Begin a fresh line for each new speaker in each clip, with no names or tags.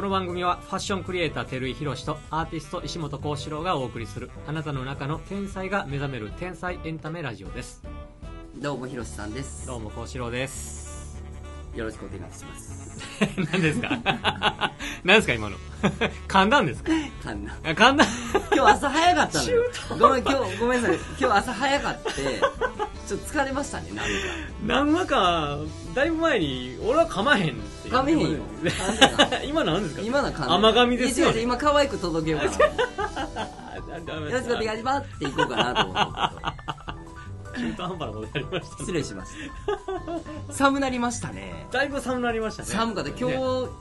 の番組はファッションクリエイター照井宏とアーティスト石本幸四郎がお送りするあなたの中の天才が目覚める天才エンタメラジオです
どうもひろしさんです
どうも幸四郎です
よろしくお願いします
何ですか何ですか今の 噛んだんですか
カンナ
あ噛んだ
今日朝早かったのよごめん今日ごめんなさい今日朝早かってちょっと疲れましたねなん
何話かだいぶ前に俺は噛まへんって
か噛めへんよ噛んでない
今何ですか
今の感
甘噛みですよね
今可愛く届けようかな
あダメ
よろ
だ
しくお願いしますっていこうかなと思って
中途半端なことやりましたね
失礼し ました寒なりましたね
だいぶ寒くなりましたね
寒かった今日、
ね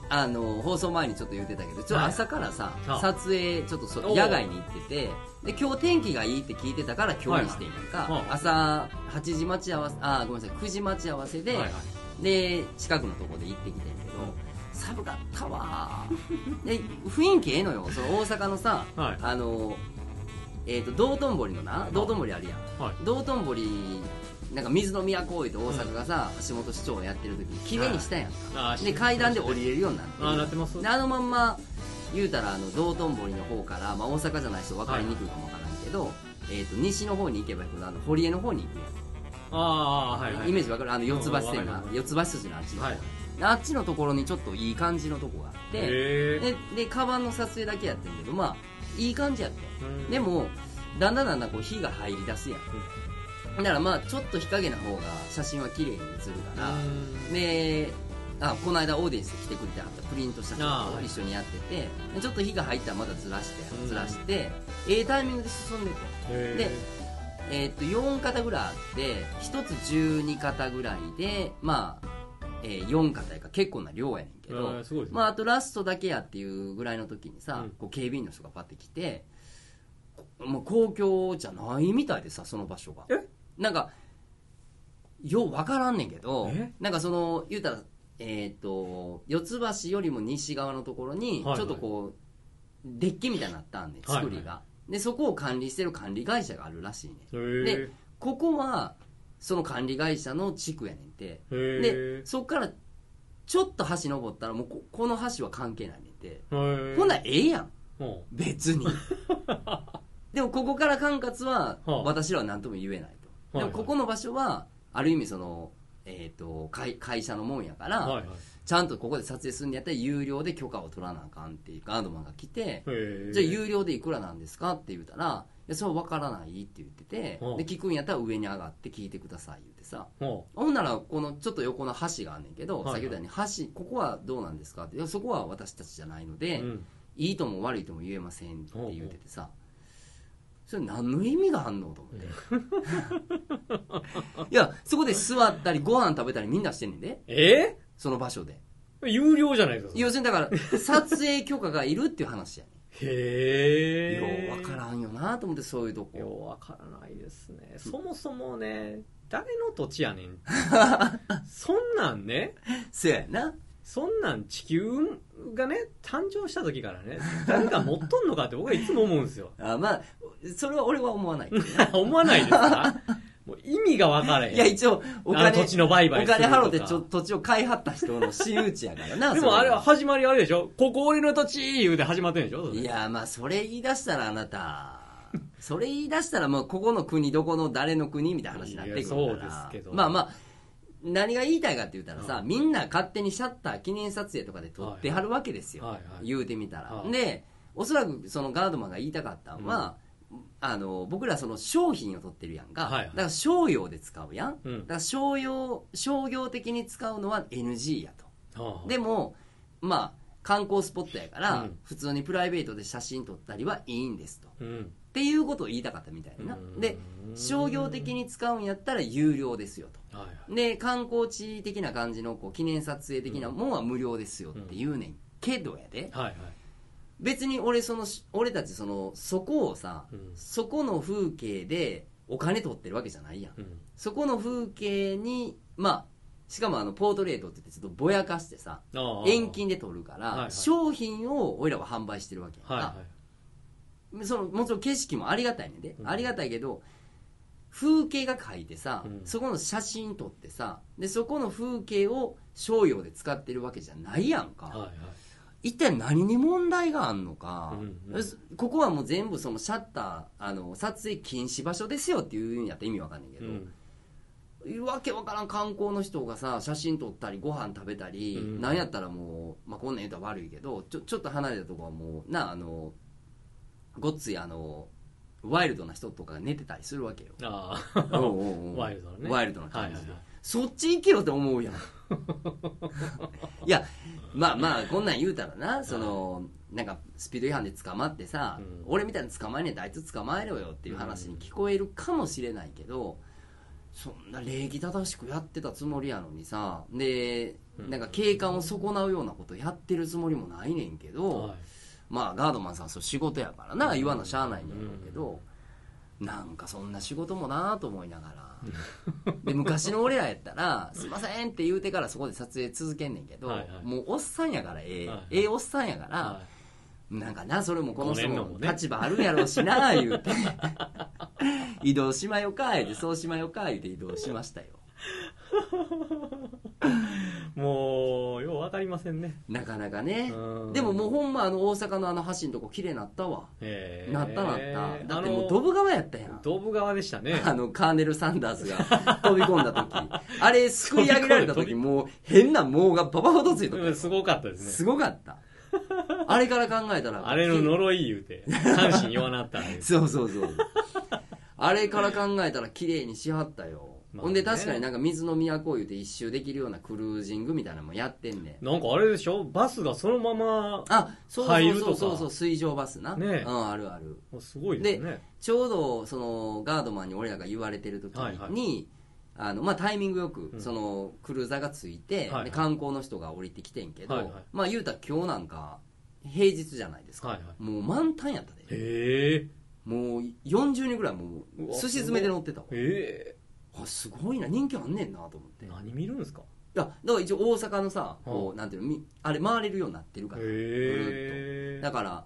あの放送前にちょっと言ってたけどちょっと朝からさ、
はい
撮影ちょっとそ
おう
野外に行っててで今日天気がいいって聞いてたから今日にしていいんか、
はいはいうん
朝8時待ち合わせあごめんなさい9時待ち合わせで、
はいはい
で近くのとこで行ってきてんけど寒かったわーで雰囲気ええのよその大阪のさ、
はい
あのえー、と道頓堀のな道頓堀あるやん
はい
道頓堀なんか水の都いうて大阪がさ、橋本市長がやってる時にきれいにしたやんか、
あー
で階段で降りれるようになってる
あーなってます
であのまんま言うたらあの道頓堀の方から、まあ、大阪じゃない人分かりにくいかもわからんけど、えー、と西の方に行けば行くほどあの堀江の方に行くやん
ああはいはい
イメージわかるあの四つ橋線
わ
が
かる
四つ橋筋のあっち、
はい
あっちのところにちょっといい感じのとこがあって
へえ
ででカバンの撮影だけやってんけどまあいい感じやって
うん
でもだんだんだんだんこう火が入り出すやん、だからまあちょっと日陰な方が写真は綺麗に写るから、であこの間オーディエンス来てくれてはったプリントした
あ
人
ーは
と
い
一緒にやってて、でちょっと火が入ったらまたずらして
うん
ずらして、ええタイミングで進んでて、
へー
でえーっと4型ぐらいあって1つ12型ぐらいでまあ、えー4型やから結構な量やねんけど、
あーすごいですね
まあ、あとラストだけやっていうぐらいの時にさ、
うん
こう警備員の人がパッて来てこもう公共じゃないみたいでさその場所が
え
なんかよう分からんねんけど
え
なんかその言うたらえーっ、と四つ橋よりも西側のところ
は
に
いはい
ちょっとこう、デッキみたいになったんで
はいはい
作りが、でそこを管理してる管理会社があるらしいね
へ
で
ー
ここはその管理会社の地区やねんて
へー
でそっからちょっと橋登ったらもうここの橋は関係ないねんて
へー
ほなええやん
うん
別にでもここから管轄は
はあ
私らは何とも言えない
は
と、
いはい
でもここの場所はある意味その、えー、と会会社のもんやから、
はいはい
ちゃんとここで撮影するんやったら有料で許可を取らなあかんっていうガードマンが来て、
へー
じゃあ有料でいくらなんですかって言うたら「いやそれは分からない」って言ってて、
うん
で聞くんやったら上に上がって聞いてください言ってさ
うん
ほんならこのちょっと横の橋があんねんけど、
はいはい
先ほど言ったように橋ここはどうなんですかっていやそこは私たちじゃないので、
うん
いいとも悪いとも言えませんって言っててさそれ何の意味があんのと思って、 いやそこで座ったりご飯食べたりみんなしてんねんで
え
その場所で
ー有料じゃないですかそれ
要するにだから撮影許可がいるっていう話やねん
へえ
よう分からんよなと思ってそういうとこ
ようわからないですねそもそもね誰の土地やね んそんなんね
せやな
そんなん地球がね誕生した時からね誰が持っとんのかって僕はいつも思うん ですよ
あまあそれは俺は思わないけどね
思 わないですかもう意味が分からへん
いや一応お
あの
金
土地の売
お
買
金
するとか
払ってちょ土地を買いはった人の私有地やからな
でもあれは
は
始まりあれでしょここ俺の土地言うて始まってんでしょそれ
いやまあそれ言い出したらあなたそれ言い出したらもうここの国どこの誰の国みたいな話になってくるから
いやそうですけど
まあまあ何が言いたいかって言ったらさ、
うん
みんな勝手にシャッター記念撮影とかで撮ってはるわけですよ、
はいはい
言うてみたら、
はい
でおそらくそのガードマンが言いたかったのは、あの僕らその商品を取ってるやんか、
はいはい
だから商用で使うやん、
うん
だから商用商業的に使うのは NG やと
はあ
でもまあ観光スポットやから、
うん
普通にプライベートで写真撮ったりはいいんですとっ
うん
ていうことを言いたかったみたいな
うん
で商業的に使うんやったら有料ですよと
はいはい
で観光地的な感じのこう記念撮影的なもんは無料ですよって言うねんけどやで
はいはい
別に俺そのし俺たちそのそこをさ、
うん
そこの風景でお金取ってるわけじゃないやん
うん
そこの風景にまあしかもあのポートレートって言ってちょっとぼやかしてさ
ああ
遠近で取るから、
はいはい
商品を俺らは販売してるわけやんか、
はいは
そのもちろん景色もありがたいねんで、
うん
ありがたいけど風景が書いてさ、
うん
そこの写真撮ってさでそこの風景を商用で使ってるわけじゃないやんか、
いはいはい
一体何に問題があんのか、
うんうん
ここはもう全部そのシャッターあの撮影禁止場所ですよっていうんやったら意味わかんないけ
う
ど、
ん
わけわからん観光の人がさ写真撮ったりご飯食べたり、
うん
なんやったらもう、まあ、こんなん言うたら悪いけどちょちょっと離れたとこはもうなあのごっついあのワイルドな人とかが寝てたりするわけよ
あ
おう
あ
おうおう
ワイルドなね
ワイルドな感じで、
はいはいはい
そっち行けよって 思うやんいやまあまあこんなん言うたらなそのなんかスピード違反で捕まってさ、
うん
俺みたいに捕まえねえとあいつ捕まえろよっていう話に聞こえるかもしれないけど、そんな礼儀正しくやってたつもりやのにさで
うん
なんか景観を損なうようなことやってるつもりもないねんけど、
はい
まあガードマンさんそう仕事やからな言わなしゃあないんだろうけ
う
ど、なんかそんな仕事もなあと思いながらで昔の俺らやったら「すいません」って言うてからそこで撮影続けんねんけど、
はいはい
もうおっさんやからええ、
はいはい
ええおっさんやから、
は
なんかなそれもこの人
ごめんの
も
もね
立場あるやろうし なあ言うて 移動しまよか言うてそうしまよか言うて移動しましたよ
いもうようわかりませんね
なかなかね
うん
でももうほんまあの大阪のあの橋のとこ綺麗なったわ、
えー
なったなっただ
あ
ってもうド
の
ブ川やったやん
ドブ川でしたね
あの、カーネル・サンダースが飛び込んだ時。あれ、すくい上げられた時、もう変な毛がババほどついとっ
うんすごかったで
た。
す
す
ね
ごかった。あれから考えたら。
あれの呪い言う て阪神弱なったんです
そうそうそう。あれから考えたら綺麗にしはったよ。
まあね
ほんで確かになんか水の都言うて一周できるようなクルージングみたいなのもやってんねん。
なんかあれでしょバスがそのまま
あ、そう
入
そう
るとか
そうそうそう、水上バスな。
ねえ
うん、あるある。
もうすごいですね
ちょうどそのガードマンに俺らが言われてる時に、
はいは
あのまあ、タイミングよく
うん
そのクルーザーがついて、
はいはい
で観光の人が降りてきてんけど、
はいはい
まあ言うたら今日なんか平日じゃないですか、
はいはい
もう満タンやったで
へえ
もう40人ぐらいも
う
う
わ
すし詰めで乗ってたわ
え
あすごいな人気あんねんなと思っ
え
てい
何見るんですか
やだから一応大阪のさこうなんていうのみあれ回れるようになってるから、
へえ
だから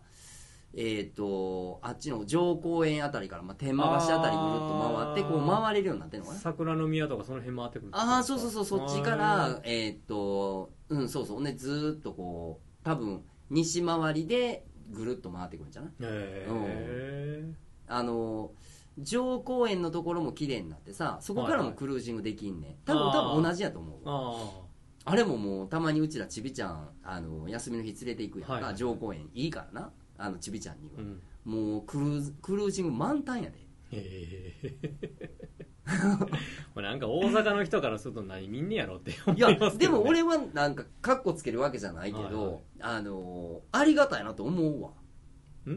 えー、とあっちの上公園あたりから、まあ、天満橋あたりぐるっと回ってこう回れるようになってるのかな
桜の宮とかその辺回ってくる
ああそうそうそうそっちからえーっとうんそうそうねずーっとこう多分西回りでぐるっと回ってくるんじゃない
へえ
あの上公園のところも綺麗になってさそこから
はい
も
はい
クルージングできんねん多分
あー
多分同じやと思うわ
あ
あれももうたまにうちらちびちゃんあの休みの日連れて行くやんか、
はいはい
上公園いいからなあのちびちゃんには
あ、うん
もうクルーズクルージング満タンやで
へえ これなんか大阪の人からすると何見んねやろって思
いや
いますけ
で
ど、ね、
も俺はなんかカッコつけるわけじゃないけど、
はいはい
あのーありがたいなと思うわ
ん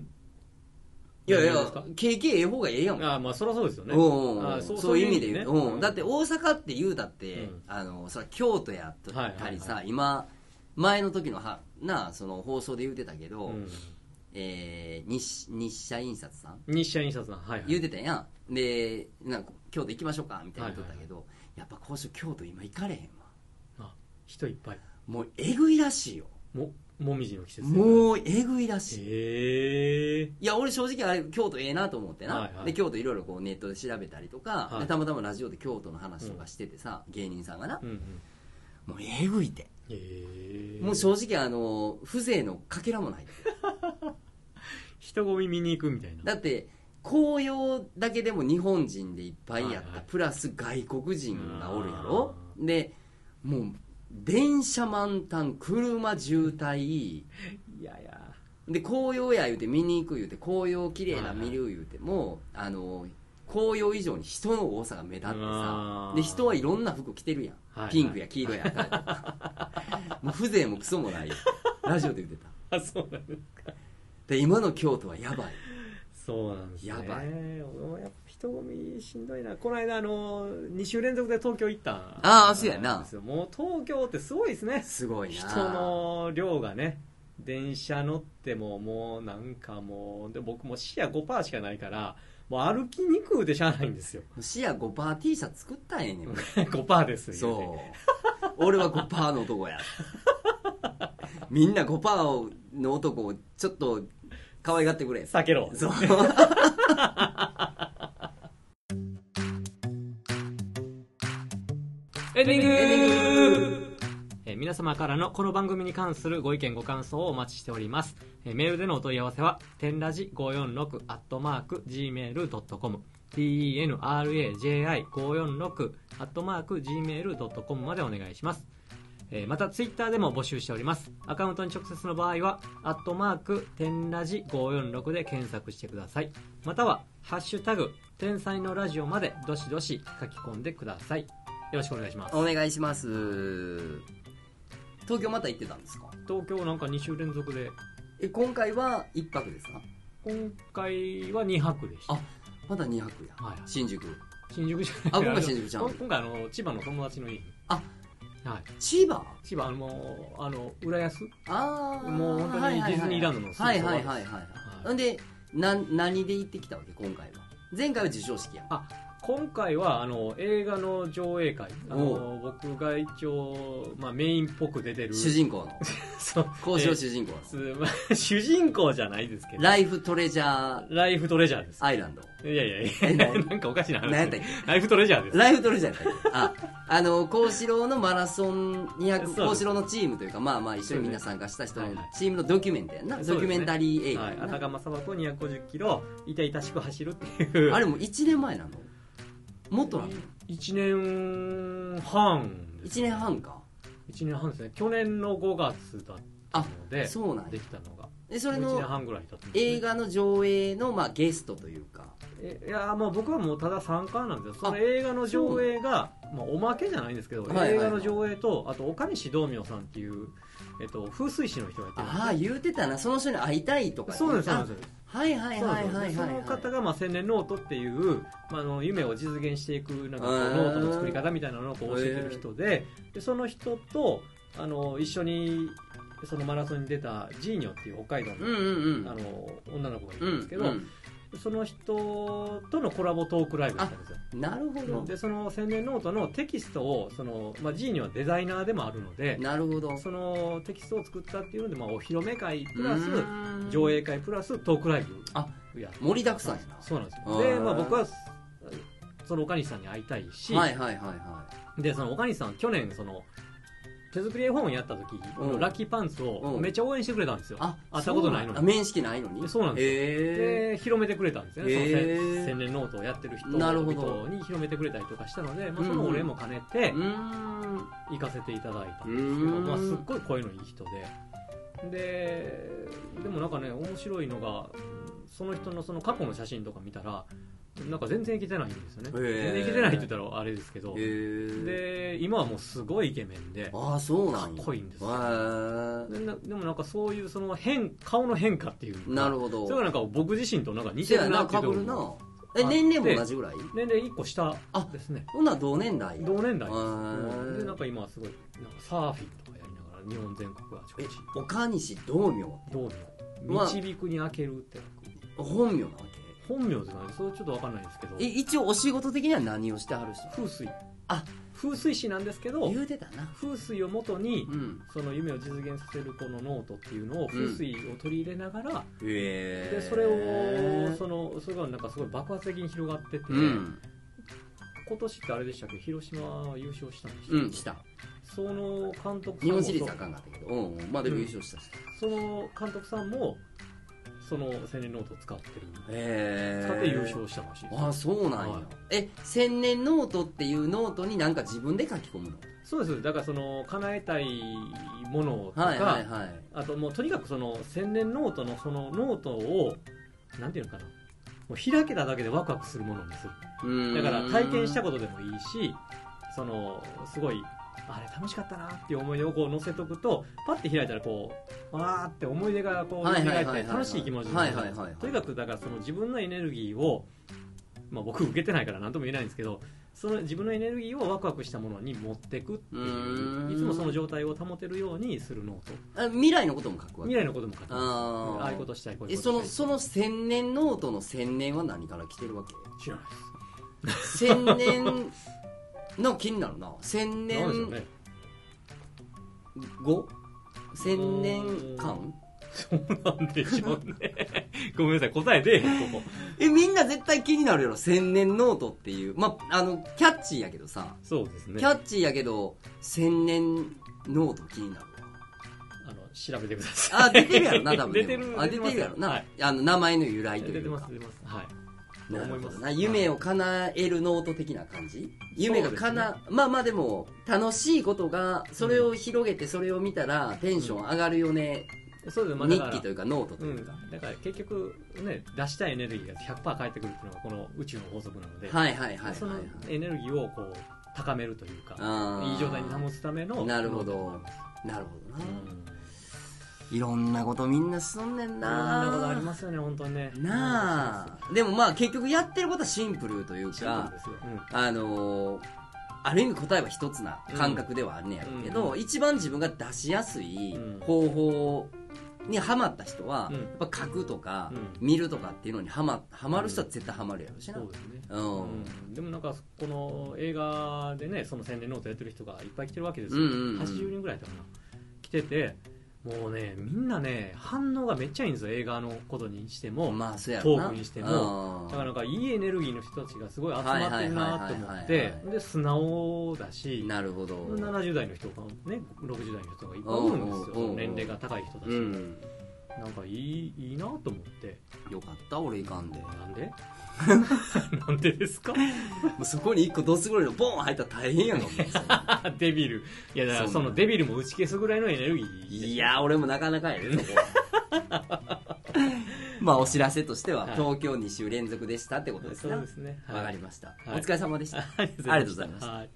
いやいや
何ですか
経験ええ方がええやん
ああまあそりゃそうですよね
うんうん
あ
うん
ー
そういう意味で言う、
ね
うんだって大阪って言うたって、
うん
あのそら京都やったりさ、
はいはいは
今前の時のはなあその放送で言うてたけど、
うん
えー日日社印刷さん
日社印刷さんはいはい
言うてたやんでなんか京都行きましょうかみたいな言うてたけど、やっぱこうしよう京都今行かれへんわ
あ人いっぱい
もうえぐいらしいよ
ももみじの季節う
もうえぐいらしい
へえ
いや俺正直あれ京都ええなと思ってな、
はいはい
で京都いろいろこうネットで調べたりとか、
はい
でたまたまラジオで京都の話とかしててさ、芸人さんがな
うんうん
もうえぐいて、
へえ
もう正直あの風情のかけらもない
人混み見に行くみたいな
だって紅葉だけでも日本人でいっぱいやった、
はいはい
プラス外国人がおるやろでもう電車満タン車渋滞
いやいや
で紅葉や言うて見に行く言うて紅葉綺麗な見る言うても、あの紅葉以上に人の多さが目立って
あ
さ
ー
で人はいろんな服着てるやん、
はいはい
ピンクや黄色や赤やとか もう風情もクソもないよラジオで言って た
あそうなんです
で今の京都はやばい
そうなんですね
やばい
俺もやっぱ人混みしんどいなこの間あの2週連続で東京行った
あーそうやなん
ですよもう東京ってすごいですね
すごいな
人の量がね電車乗ってももうなんかもうで僕も視野5%しかないからもう歩きにくうてしゃあないんですよ
シア 5%T シャツ作ったんやねん
5%ですよ、ね、
そう俺は5%の男やみんな5%の男をちょっと可愛がってくれ
避けろ
そう
エンディングえー皆皆様からのこの番組に関するご意見ご感想をお待ちしております、えーメールでのお問い合わせは天ラジ546アットマーク Gmail.com tenraji546 アットマーク Gmail.com までお願いしますえーまたツイッターでも募集しておりますアカウントに直接の場合は「アットマーク天ラジ546」で検索してくださいまたは「ハッシュタグ天才のラジオ」までどしどし書き込んでくださいよろしくお願いします
お願いします東京また行ってたんですか
東京なんか2週連続で
え今回は1泊ですか
今回は2泊でした
あまだ2泊や
はい
新宿
新宿じゃ
あ
ない
今回新宿じゃん
今今回あの千葉の友達の家に
あ
はい
千葉
千葉あのあの浦安
ああ
もう本当にディズニーランドのすぐそば
は
で
い
す
はいはいはい
はい
ほんでな何で行ってきたわけ今回は前回は授賞式やん
今回はあの映画の上映会あの僕が一応、まあ、メインっぽく出てる
主人 公の
そう
交渉主人公の
えーすまあ 主人公じゃないですけど
ライフトレジャー
ライフトレジャーです
アイランド
いやいやい
え
や
何
なんかおかしな話
何やったっけ
ライフトレジャーです
ライフトレジャーやったっけああの幸四郎のマラソン
そうで
200
す
幸四郎のチームというかまあまあ一緒にみんな参加した人の
そうですはいはい
チームのドキュメントやんな、
そうです
ド
ね
キュメンタリー映画
はい
や、んな、
浅間砂漠250キロ痛々しく走るっていう
あれも1年前なのもっとなの
1年半です
1年半か
1年半ですね去年の5月だったので
そうなんや
できたのが
でそれ
もう1年
の
半ぐらいだったんですね
映画の上映の、まあ、ゲストというか
えいやーまあ僕はもうただ参加なんですよその
あ
映画の上映が、まあ、おまけじゃないんですけど、
はいはいはい
映画の上映とあと岡西道明さんっていう、えっと、風水師の人がやってるんです
ああ言うてたなその人に会いたいとか
そうなんですそうな
あ
んです
はいはい
そうな
は
ん
い
です
はいはい
その方が、まあ、千年ノートっていう、まあ、あの夢を実現していくなんかこう
へー
ノートの作り方みたいなのをこう教えてる人ででその人とあの一緒にそのマラソンに出たジーニョっていう北海道
うん
の,、
うんうん
あの女の子がいる
うん
ですけど、
ん
その人とのコラボトークライブだったんですよ
なるほど
でその宣伝ノートのテキストをその、まあ、G にはデザイナーでもあるので
なるほど
そのテキストを作ったっていうので、まあ、お披露目会プ
プ
ラス上映会プラストークライブ
あ
やっ
盛りだくさんやな
そうなんです
あ
よ
ー
で、まあ、僕はその岡西さんに会いたいし、
はいはいはいは
でその岡西さん去年その手作り絵本やった時、
うん
ラッキーパンツをめっちゃ応援してくれたんですよ、
あ
会ったことないのに
そうあ面識ないのに
そうなんですよ
へえ
で広めてくれたんですよね、
へー
その宣宣伝ノートをやってる人
なるほど
々に広めてくれたりとかしたので、まあ、そのお礼も兼ねて、
うーん
行かせていただいたんですけど、
うーん
まあ、すっごい声のいい人でででもなんかね面白いのがその人のその過去の写真とか見たらなんか全然いけてないんですよね
へ
全
ー
然いけてないって言ったらあれですけど
へえ
で今はもうすごいイケメンで
ああそうな
か
ん
っ
や
こいいんですよ
へ
でなでもなんかそういうその変顔の変化っていう
えなる
ほ
ほど
それがなんか僕自身となんか似
せ
て
や
るな
な
ってい
か
うと
ぶ
ころ
るな
も
え
あ
年齢も同じぐらい
年齢1個下ですね
ほんなら同年代や
同年代です
へー
うんでなんか今はすごいなんかサーフィンとかやりながら日本全国あちこ
え
ち
岡西道明
どう
ま
も
あ
導くに開けるって書く
本名なわ
本名じゃないそれちょっとわかんないですけど
けえ一応お仕事的には何をしてはる人
風水
あ
風水師なんですけど
言うてたな
風水をもとに
うん
その夢を実現させるこのノートっていうのを風水を取り入れながら、
へ
でそれをそのそれがなんかすごい爆発的に広がってて、
うん
今年ってあれでしたっけ広島優勝したんでしたっけ
うんした
その監督さん
日
も
本
そ
シリーズあかんかったけどうんうんまあでも優勝したし
その監督さんもその青年ノートを使ってる
へえ
使って優勝したらしいです
ああそうなんや、
はい
え千年ノートっていうノートになんか自分で書き込むの
そうですだからその叶えたいものとか、
はいはいはい
あともうとにかくその宣伝ノートのそのノートをなんていうのかなもう開けただけでワクワクするものにする
うーん
だから体験したことでもいいしそのすごいあれ楽しかったなっていう思い出をこう載せとくとパッて開いたらこうわーって思い出がこう
はい
蘇
はいはい
っ
はい
て楽しい気持ちになる
はいはいはいはい
とにかくだからその自分のエネルギーを、まあ、僕受けてないから何とも言えないんですけどその自分のエネルギーをワクワクしたものに持ってくって
う
い
ー
うんいつもその状態を保てるようにするノート
あ未来のことも書くわ
未
け
来のことも書いてます
あー
ああいうことしたいこうい
え
うこ
そ
と
の
した
そ
い
の千年ノートの千年は何から来て るわけ
知らないです
千年の気になるな千年
なんでしょうね
後千年間
そうなんでしょうね ごめんなさい答え出えへんここ
えみんな絶対気になるやろ千年ノートっていうまああのキャッチーやけどさ
そうですね
キャッチーやけど千年ノート気になる
あの調べてください
あ出てるやろな多分
出て
で
る
もあ出てるやろな、
はい
あの名前の由来と
出
い
て
う
ま
か
す出てますはい
な
思
る
い
ほ
ま
ど
す
な夢を叶えるノート的な感じ夢が叶、
そう
まあまあでも楽しいことがそれを広げてそれを見たらテンション上がるよね、
そうですまあだ
日
から
記というかノートと
う
いうんか、、
だから結局、ね、出したいエネルギーが100%返ってくるっていうのがこの宇宙の法則なので、
はいはいはいはい
その
はい
エネルギーをこう高めるというか
あー
いい状態に保つための
なるほど
能力だと
なるほどな、
思います
いろんなことみんなすんねん
うん、そんなことあ
な
りますよね本当にね
なあでもまあ結局やってることはシンプルという
そうなん
か
ですよ、うん
あのーある意味答えは一つな感覚ではあんねやろうけど、
う
一番自分が出しやすい
うん
方法にハマった人は、
うん
やっぱ書くとか、
う
見るとかっていうのにハマハマる人は絶対ハマるやろうしな、
そううんですねうん、でもなんかこの映画でねその宣伝ノートやってる人がいっぱい来てるわけですよ、
うんうんうん
80人ぐらいだったかな来ててもうねみんなね反応がめっちゃいいんですよ映画のことにしても、
まあそうやろうな
トークにしても
うん
だからなんかいいエネルギーの人たちがすごい集まってるなと思
はいはい
っ
はいはいはい
て
はい
で素直だし
なるほど、
70代の人がね60代の人がいっぱいおるんですよ
うんうんうん
その年齢が高い人たち、
うん、
なんかいいいいなと思って
よかった俺いかんでも
なんで なんでですか
うそこに一個ドス黒いのボーン入ったら大変やんかもう
デビルいやだからそのデビルも打ち消すぐらいのエネルギー
いや俺もなかなかやねそこ まあお知らせとしては、
はい
東京2週連続でしたってことです
そう
な
ですね
わかり
ま
ました、
はい
お疲れ様でした、
す あり
ありがとうございました
はい